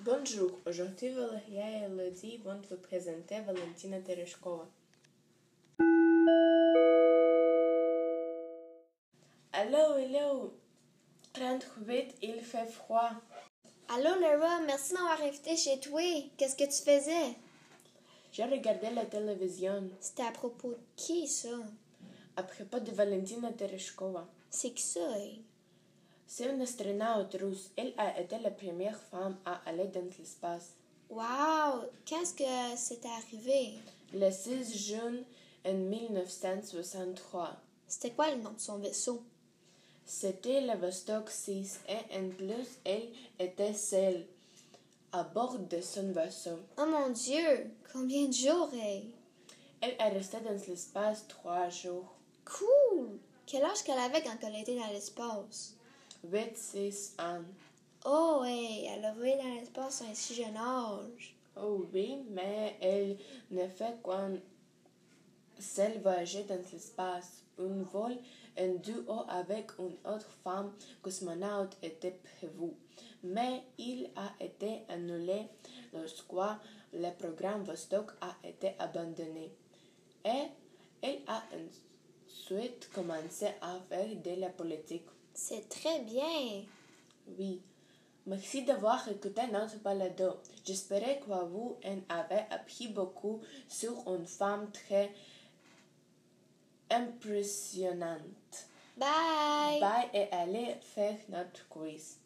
Bonjour, aujourd'hui Valéria et Elodie vont vous présenter Valentina Tereshkova. Allô, hello! Rentre vite, il fait froid. Allô, Laura, merci de m'avoir invité chez toi. Qu'est-ce que tu faisais? Je regardais la télévision C'était à propos de qui, ça? à propos de Valentina Tereshkova. C'est qui ça, hein? C'est une astronaute russe. Elle a été la première femme à aller dans l'espace. Wow! Qu'est-ce que c'est arrivé? Le 6 juin en 1963. C'était quoi le nom de son vaisseau? C'était la Vostok 6 et en plus elle était seule à bord de son vaisseau. Oh mon Dieu! Combien de jours, hein? Elle est restée dans l'espace trois jours. Cool! Quel âge qu'elle avait quand elle était dans l'espace? 26 ans. Oh, ouais, elle a volé dans l'espace à un si jeune âge. Oh oui, mais elle ne fait qu'un seul voyage dans l'espace. Un vol en duo avec une autre femme cosmonaute était prévu, mais il a été annulé lorsque le programme Vostok a été abandonné. Et elle a ensuite commencé à faire de la politique. C'est très bien! Oui. Merci d'avoir écouté notre balado. J'espérais que vous en avez appris beaucoup sur une femme très impressionnante. Bye! Bye et allez faire notre quiz.